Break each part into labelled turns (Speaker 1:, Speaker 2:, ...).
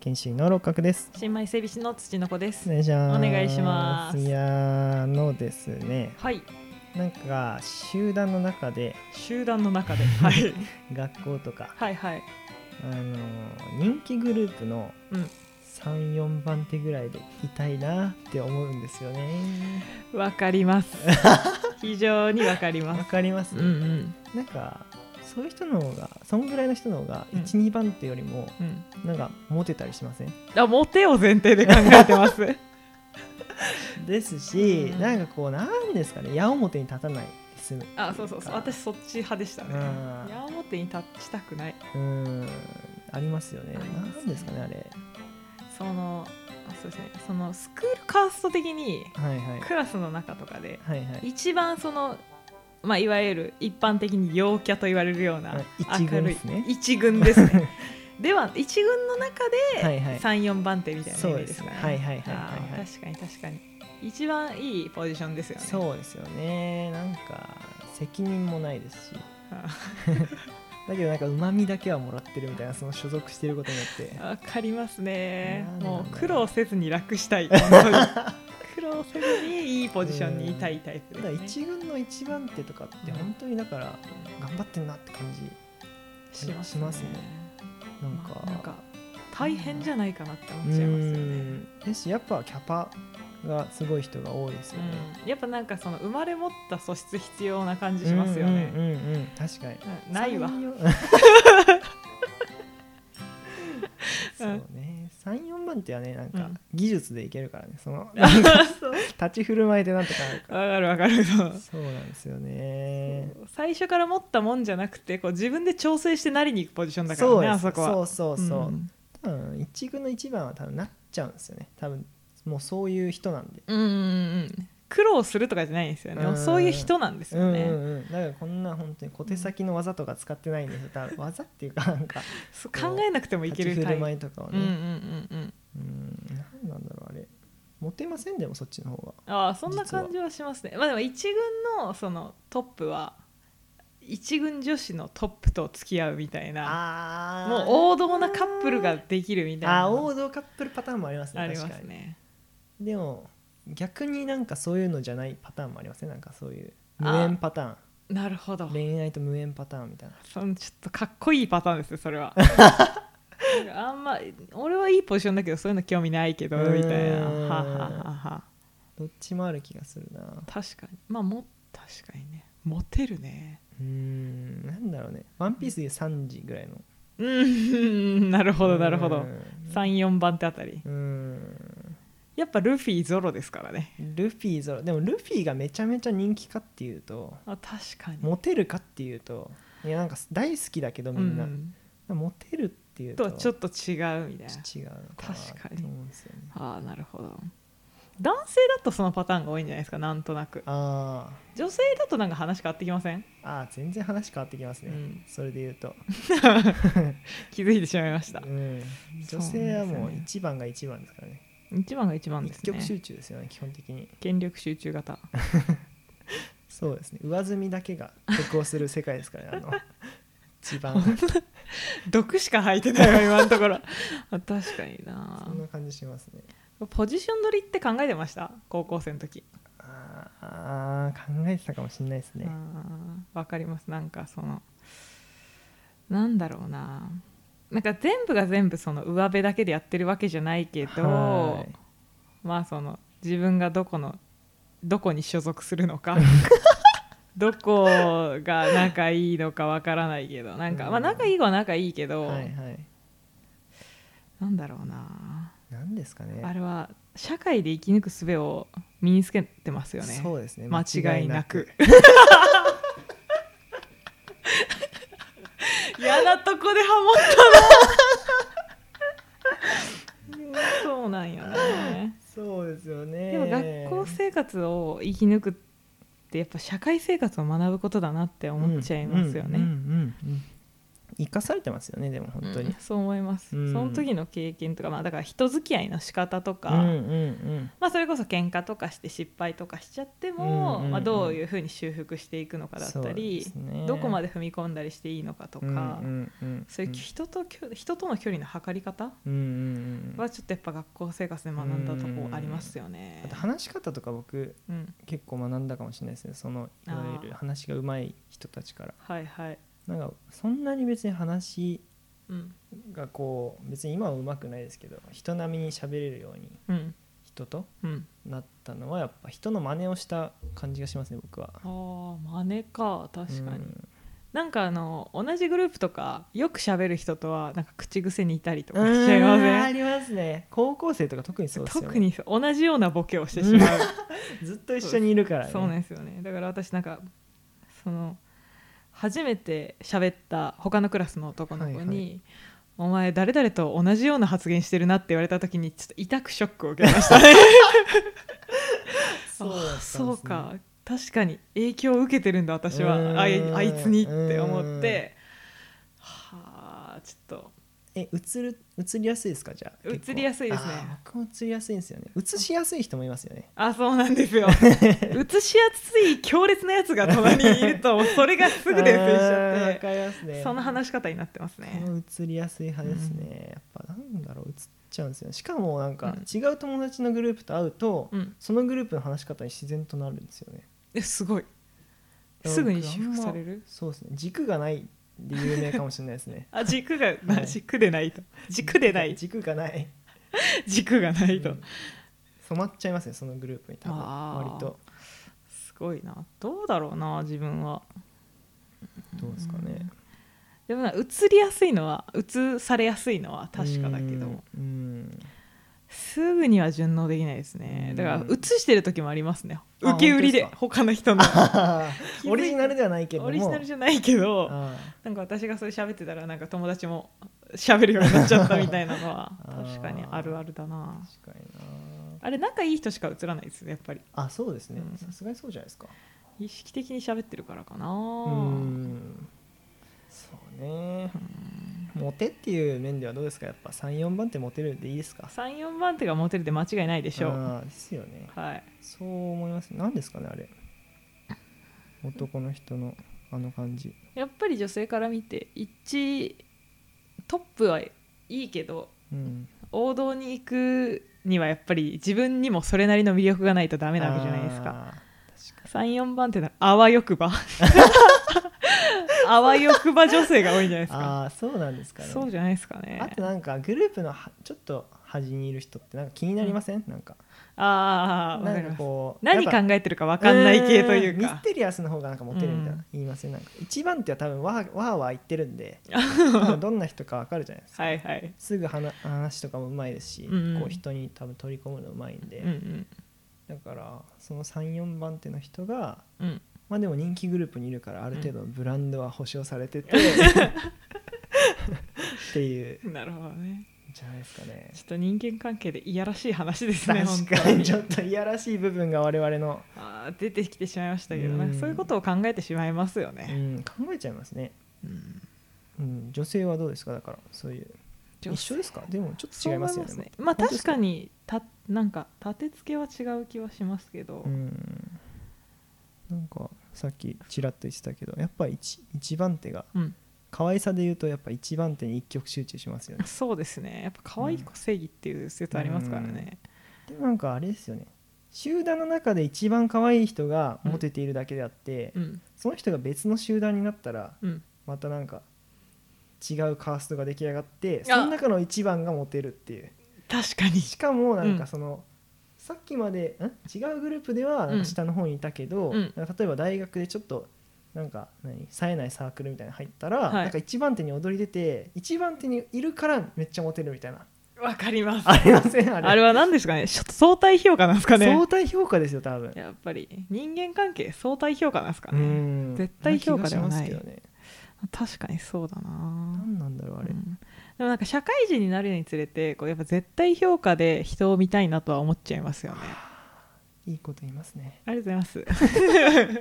Speaker 1: 研修医の六角です。
Speaker 2: 新米整備士の土の子です
Speaker 1: お。願いします。
Speaker 2: お願いします
Speaker 1: いやーあのですね、
Speaker 2: はい、
Speaker 1: なんか集団の中で
Speaker 2: 集団の中で、はい、
Speaker 1: 学校とか
Speaker 2: はいはい、
Speaker 1: あの人気グループの
Speaker 2: うん
Speaker 1: 三四番手ぐらいでいたいなって思うんですよね。
Speaker 2: わかり ます。非常にわかり
Speaker 1: わ
Speaker 2: ます。
Speaker 1: かります。
Speaker 2: うんうん
Speaker 1: なんかそういう人の方がそんぐらいの人の方が
Speaker 2: うん
Speaker 1: 一二、番手よりも
Speaker 2: うん。
Speaker 1: なんかモテたりしません。
Speaker 2: あ、モテを前提で考えてます。
Speaker 1: ですし、
Speaker 2: うん
Speaker 1: なんかこうなんですかね矢面に立たない。済む
Speaker 2: あ、そうそうそう、私そっち派でしたね
Speaker 1: うん。
Speaker 2: 矢面に立ちたくない。
Speaker 1: うーんありますよね。
Speaker 2: ありますね
Speaker 1: なんですかねあれ。
Speaker 2: その、あそうですね、そのスクールカースト的に
Speaker 1: はいはい
Speaker 2: クラスの中とかで
Speaker 1: はいはい。
Speaker 2: 一番その。まあ、いわゆる一般的に陽キャと言われるような
Speaker 1: はい一軍ですね
Speaker 2: 明るい一軍です ねでは一軍の中で
Speaker 1: はいはい。
Speaker 2: 34番手みたいな
Speaker 1: そ
Speaker 2: 意
Speaker 1: う
Speaker 2: 味
Speaker 1: で
Speaker 2: ですす
Speaker 1: ね
Speaker 2: か。ね。
Speaker 1: はいはいはい
Speaker 2: あ
Speaker 1: はい
Speaker 2: ー
Speaker 1: はい。
Speaker 2: 確かに確かに一番いいポジションですよね。
Speaker 1: そうですよね。なんか責任もないですし、だけどなんか旨味だけはもらってるみたいなその所属してることによって。
Speaker 2: わかりますね
Speaker 1: なん。だろう
Speaker 2: も
Speaker 1: ね
Speaker 2: う苦労せずに楽したい。 本当に苦労せずにいいポジションにいたいタイプ
Speaker 1: た
Speaker 2: で
Speaker 1: だ
Speaker 2: す、
Speaker 1: 一
Speaker 2: ね。
Speaker 1: 軍の一番手とかって本当にだから頑張ってんなって感じ。
Speaker 2: します
Speaker 1: しますねなんか。
Speaker 2: なんか大変じゃないかなって思っちゃいますよね。うん
Speaker 1: うーんですしやっぱキャパがすごい人が多いですよね。
Speaker 2: やっぱなんかその生まれ持った素質必要な感じしますよね。
Speaker 1: うんうんうんうん確かに。
Speaker 2: うんないわ。
Speaker 1: 三四そうね34番手はねなん
Speaker 2: う
Speaker 1: か
Speaker 2: ん
Speaker 1: 技術でいけるからねそ の
Speaker 2: わ
Speaker 1: なんか立ち振る舞いでなんとかなるか
Speaker 2: かるわかる。そう
Speaker 1: らそうなんですよね
Speaker 2: 最初から持ったもんじゃなくてこう自分で調整してなりに行くポジションだか
Speaker 1: そう
Speaker 2: らね
Speaker 1: で
Speaker 2: あ
Speaker 1: す
Speaker 2: そこは
Speaker 1: そうそうそう、
Speaker 2: ん
Speaker 1: 多分1軍の1番は多分なっちゃうんですよね多分もうそういう人なんで、
Speaker 2: うんうんうん苦労するとかじゃないんですよね
Speaker 1: うん
Speaker 2: そういう人なんです
Speaker 1: う
Speaker 2: よ
Speaker 1: んう
Speaker 2: ね、
Speaker 1: んうんだからこんな本当に小手先の技とか使ってないんですよ多分技っていうかなんか
Speaker 2: そう考えなくてもいけ
Speaker 1: 立ち振
Speaker 2: るタイ
Speaker 1: る
Speaker 2: プ、
Speaker 1: 舞いとかを
Speaker 2: うんうんう
Speaker 1: ね
Speaker 2: んうん
Speaker 1: うん何なんだろうあれモテませんでもそっちの方が
Speaker 2: ああそんな感じはしますねまあでも一軍のそのトップは一軍女子のトップと付き合うみたいな
Speaker 1: あ
Speaker 2: もう王道なカップルができるみたいな
Speaker 1: あー王道カップルパターンもありますね
Speaker 2: あります
Speaker 1: 確かに
Speaker 2: ね
Speaker 1: でも逆になんかそういうのじゃないパターンもありますねなんかそういう無縁パターン
Speaker 2: なるほど
Speaker 1: 恋愛と無縁パターンみたいな
Speaker 2: そのちょっとかっこいいパターンですよそれ はなんかあんま俺はいいポジションだけどそういうの興味ないけど
Speaker 1: うーん
Speaker 2: みたいなはははは
Speaker 1: どっちもある気がするなう
Speaker 2: 確かにまあも確かにねモテるね
Speaker 1: ーんなんだろうねワンピースでいう3時ぐらいの
Speaker 2: うんなるほどなる
Speaker 1: う
Speaker 2: ほど
Speaker 1: ーん
Speaker 2: 34番手あたり
Speaker 1: うーん
Speaker 2: やっぱルフィゾロですからね
Speaker 1: ルフィゾロでもルフィがめちゃめちゃ人気かっていうと
Speaker 2: あ確かに
Speaker 1: モテるかっていうといやなんか大好きだけどみんな、
Speaker 2: うん
Speaker 1: モテるっていう
Speaker 2: と
Speaker 1: と
Speaker 2: はちょっ
Speaker 1: と
Speaker 2: と違うみたいな
Speaker 1: 違うのかな
Speaker 2: 確かに
Speaker 1: と思うんですよね
Speaker 2: ああなるほど男性だとそのパターンが多いんじゃないですかなんとなく
Speaker 1: あー
Speaker 2: 女性だとなんか話変わってきません、
Speaker 1: あー全然話変わってきます
Speaker 2: う
Speaker 1: ね、
Speaker 2: ん、
Speaker 1: それで言うと、
Speaker 2: 気づいてしまいました
Speaker 1: うん、
Speaker 2: そ
Speaker 1: 女
Speaker 2: うなんですよね
Speaker 1: 性はもう一番が一番ですからね
Speaker 2: 一番が一番です
Speaker 1: 一極
Speaker 2: ね
Speaker 1: 集中ですよね基本的に
Speaker 2: 権力集 中型
Speaker 1: そうですね上積みだけが得をする世界ですからねあ の一番
Speaker 2: 毒しか吐いてないわ今のと ころあ確かにな
Speaker 1: そんな感じしますね
Speaker 2: ポジション取りって考えてました高校生の時
Speaker 1: あーあー考えてたかもしれないですね、
Speaker 2: あーわかりますなんかそのなんだろうななんか全部が全部その上辺だけでやってるわけじゃないけ
Speaker 1: は
Speaker 2: どまあその自分がどこのどこに所属する のかどこが仲いいのかわからないけどなんか、
Speaker 1: うん
Speaker 2: まあ仲いい子は仲いいけ
Speaker 1: い
Speaker 2: ど、
Speaker 1: はいはい
Speaker 2: なんだろうな
Speaker 1: 何ですかね
Speaker 2: あれは社会で生き抜く術を身につけてますよね
Speaker 1: そうですね
Speaker 2: 間違いなく嫌なとこでハマったなそうなんよね
Speaker 1: そうですよね
Speaker 2: でも学校生活を生き抜くってやっぱ社会生活を学ぶことだなって思っちゃいますよ
Speaker 1: うんうん
Speaker 2: ね
Speaker 1: うんうん生かされてますよねでも本当
Speaker 2: うん
Speaker 1: に、
Speaker 2: そう思います、
Speaker 1: うん
Speaker 2: その時の経験とか、まあ、だから人付き合いの仕方と
Speaker 1: う
Speaker 2: か、
Speaker 1: ん、うんうん
Speaker 2: まあ、それこそ喧嘩とかして失敗とかしちゃっても、
Speaker 1: うんうんうん
Speaker 2: まあ、どういうふうに修復していくのかだっ
Speaker 1: そう
Speaker 2: たり、
Speaker 1: ですね
Speaker 2: どこまで踏み込んだりしていいのかとか、
Speaker 1: うんうんうん、
Speaker 2: そういう人ときょ人との距離の測り方
Speaker 1: うんうんうん、
Speaker 2: はちょっとやっぱ学校生活で学んだとこありますよね
Speaker 1: あと。話し方とか僕
Speaker 2: うん、
Speaker 1: 結構学んだかもしれないですねそのい
Speaker 2: あー
Speaker 1: わゆる話が上手い人たちから
Speaker 2: はいはい、
Speaker 1: なんかそんなに別に話
Speaker 2: うん
Speaker 1: がこう別に今は上手くないですけど人並みに喋れるように
Speaker 2: うん
Speaker 1: 人と
Speaker 2: うん、
Speaker 1: なったのはやっぱ人の真似をした感じがしますね僕は
Speaker 2: あー真似か確かに、
Speaker 1: うん
Speaker 2: なんかあの同じグループとかよく喋る人とはなんか口癖似たりとかしちゃいま
Speaker 1: うん
Speaker 2: せ
Speaker 1: あ
Speaker 2: ん
Speaker 1: りますね高校生とか特にそうですよね
Speaker 2: 特にそう同じようなボケをしてしまう
Speaker 1: ずっと一緒にいるからね
Speaker 2: そうなんですよねだから私なんかその初めて喋った他のクラスの男の子に、
Speaker 1: はいはい
Speaker 2: お前誰々と同じような発言してるな」って言われた時にちょっと痛くショックを受けましたね
Speaker 1: そうだったん
Speaker 2: あ
Speaker 1: ですね
Speaker 2: そうか確かに影響を受けてるんだ私はあ
Speaker 1: うーん
Speaker 2: いあいつにって思ってはあちょっと
Speaker 1: え映る映りやすいですかじゃあ
Speaker 2: 映りやすいですね
Speaker 1: あー僕も映りやすいんですよね映しやすい人もいますよね
Speaker 2: あそうなんですよ映しやすい強烈なやつが隣にいるとそれがすぐ伝染しち
Speaker 1: あー
Speaker 2: ゃっ
Speaker 1: わかりますね
Speaker 2: てそんな話し方になってますね
Speaker 1: この映りやすい派ですね、やっぱなんだろう映っちゃうんですよねしかもなんか
Speaker 2: うん
Speaker 1: 違う友達のグループと会うと、
Speaker 2: うん
Speaker 1: そのグループの話し方に自然となるんですよね
Speaker 2: えすごいすぐに修復される
Speaker 1: そうですね軸がないで有名かもしれないですね
Speaker 2: あ軸が、
Speaker 1: はい
Speaker 2: 軸でないと 軸でない
Speaker 1: 軸がない
Speaker 2: 軸がないと、
Speaker 1: うん染まっちゃいますねそのグループに多分
Speaker 2: あー
Speaker 1: 割と
Speaker 2: すごいなどうだろうな自分は
Speaker 1: どうですかね
Speaker 2: でもな移りやすいのは移されやすいのは確かだけど
Speaker 1: うんうん
Speaker 2: すぐには順応できないですね
Speaker 1: うん
Speaker 2: だから移してる時もありますね
Speaker 1: あ
Speaker 2: 受け売りで
Speaker 1: 本
Speaker 2: 他の人の
Speaker 1: あ
Speaker 2: 気
Speaker 1: ー
Speaker 2: づいて
Speaker 1: オリジナルではないけれども
Speaker 2: オリジナルじゃないけど
Speaker 1: あ
Speaker 2: なんか私がそれ喋ってたらなんか友達も喋るようになっちゃったみたいなのは
Speaker 1: あー
Speaker 2: 確かに あるあるだな
Speaker 1: ー確かにな
Speaker 2: あれ仲いい人しか映らないですねやっぱり
Speaker 1: あそうですね
Speaker 2: うん
Speaker 1: さすがにそうじゃないですか
Speaker 2: 意識的に喋ってるからかな
Speaker 1: うーんそうねモテっていう面ではどうですかやっぱ34番手モテるんでいいですか
Speaker 2: 34番手がモテるで間違いないでしょう
Speaker 1: あーですよね
Speaker 2: はい
Speaker 1: そう思います何ですかねあれ男の人のあの感じ
Speaker 2: やっぱり女性から見て一トップはいいけど
Speaker 1: うん
Speaker 2: 王道に行くにはやっぱり自分にもそれなりの魅力がないとダ
Speaker 1: ダ
Speaker 2: メなわけじゃないですか
Speaker 1: 確か
Speaker 2: 34番手ならあわよ くばあわよくば女性が多いんじゃないで
Speaker 1: に
Speaker 2: すか
Speaker 1: ああーそうなんですかね
Speaker 2: そうじゃないですかね
Speaker 1: あとなんかグループのはちょっと端にいる人ってなんか気になりません、なんか
Speaker 2: ああわ
Speaker 1: なん
Speaker 2: かり
Speaker 1: か
Speaker 2: ます
Speaker 1: こう
Speaker 2: 何
Speaker 1: やっぱ
Speaker 2: 考えてるか分かんない系という
Speaker 1: ーんミ
Speaker 2: か
Speaker 1: ステリアスの方がなんかモテるみたい
Speaker 2: うん
Speaker 1: な言いません、なんか一番手は多分わーわーわー言ってるんで多分どんな人かわかるじゃないですか、
Speaker 2: はいはい
Speaker 1: すぐ話話とかもうまいですし、
Speaker 2: うんうん
Speaker 1: こう人に多分取り込むのうまいんで、
Speaker 2: うんうん
Speaker 1: だからその34番手の人が
Speaker 2: うん
Speaker 1: まあでも人気グループにいるからある程度ブランドは保証され てて、っていう
Speaker 2: なるほどね
Speaker 1: じゃないですかね
Speaker 2: ちょっと人間関係でいやらしい話ですね
Speaker 1: 確かにちょ
Speaker 2: 本
Speaker 1: っといやらしい部分が我々の、
Speaker 2: 当にあー出てきてしまいましたけど、
Speaker 1: うん
Speaker 2: なんかそういうことを考えてしまいます
Speaker 1: う
Speaker 2: よね、
Speaker 1: ん、考えちゃいますね、
Speaker 2: うん
Speaker 1: うん、女性はどうですかだからそういう一緒ですかでもちょっと違いますよね
Speaker 2: そう思いまあ
Speaker 1: 本当で
Speaker 2: 確
Speaker 1: すか
Speaker 2: かにたなんか立て付けは違う気はしますけど、
Speaker 1: うんなんかさっきちらっと言ってたけどやっぱり 1, 一番手が
Speaker 2: うん
Speaker 1: 可愛さで言うとやっぱ一番手に一極集中します よね
Speaker 2: そうですねやっぱ可愛い子正義っていう説ありますからね、
Speaker 1: でもなんかあれですよね集団の中で一番可愛い人がモテているだけであって、
Speaker 2: うん
Speaker 1: その人が別の集団になったら
Speaker 2: うん
Speaker 1: またなんか違うカーストが出来上がって
Speaker 2: あ
Speaker 1: その中の一番がモテるっていう
Speaker 2: 確かに
Speaker 1: しかもなん
Speaker 2: うん
Speaker 1: かその、さっきまでん違うグループではなん
Speaker 2: うん
Speaker 1: か下の方にいたけど、
Speaker 2: うん
Speaker 1: なんか例えば大学でちょっとなんか何冴えないサークルみたいなの入ったら、
Speaker 2: はい
Speaker 1: なんか一番手に踊り出て一番手にいるからめっちゃモテるみたいな
Speaker 2: わかります
Speaker 1: ありません あれ
Speaker 2: あれは何ですかねちょっと相対評価なんですかね
Speaker 1: 相対評価ですよ多分
Speaker 2: やっぱり人間関係相対評価なんですか
Speaker 1: う
Speaker 2: ね
Speaker 1: ん
Speaker 2: 絶対評価ではない
Speaker 1: ん気がしますけどね
Speaker 2: 確かにそうだな
Speaker 1: 何なんだろうあれ、
Speaker 2: うんでもなんか社会人になるにつれてこうやっぱ絶対評価で人を見たいなとは思っちゃいますよね
Speaker 1: いいこと言いますね
Speaker 2: ありがとうございます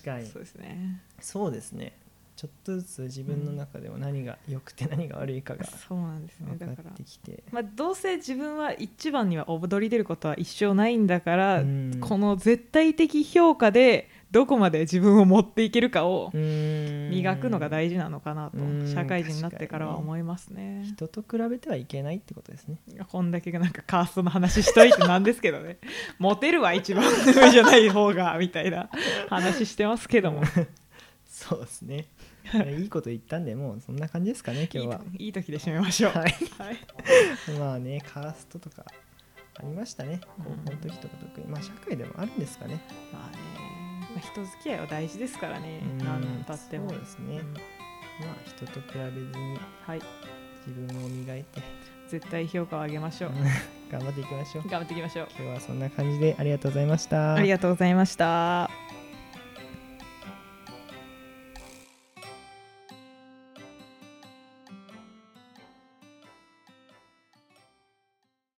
Speaker 1: 確かに
Speaker 2: そうですね
Speaker 1: そうですねちょっとずつ自分の中でも何が良くて何が悪いかが
Speaker 2: そうなんですね
Speaker 1: 分
Speaker 2: だ
Speaker 1: か
Speaker 2: か
Speaker 1: っ
Speaker 2: ら
Speaker 1: てきて、
Speaker 2: まあ、どうせ自分は一番には踊り出ることは一生ないんだから、
Speaker 1: うん
Speaker 2: この絶対的評価でどこまで自分を持っていけるかを
Speaker 1: 磨
Speaker 2: 磨くのが大事なのかなと
Speaker 1: うん
Speaker 2: 社会人になってからは思いますね。
Speaker 1: 人と比べてはいけないってことですね
Speaker 2: こんだけなんかカーストの話しといてなんですけどね モテるは一番上じゃない方がみたいな話してますけども
Speaker 1: そうです ねいいこと言ったんでもうそんな感じですかね 今日はい
Speaker 2: いといい時で締めましょう。
Speaker 1: はい
Speaker 2: はい
Speaker 1: まあねカーストとかありましたね高校の時とか特にまあ社会でもあるんですかね
Speaker 2: まあね、まあ、人付き合いは大事ですからね
Speaker 1: うん
Speaker 2: 何たっても
Speaker 1: そうですね
Speaker 2: うん
Speaker 1: まあ人と比べずに
Speaker 2: はい
Speaker 1: 自分を磨いて
Speaker 2: 絶対評価を上げましょう
Speaker 1: 頑張っていきましょう
Speaker 2: 頑張っていきましょう
Speaker 1: 今日はそんな感じでありがとうございました
Speaker 2: ありがとうございました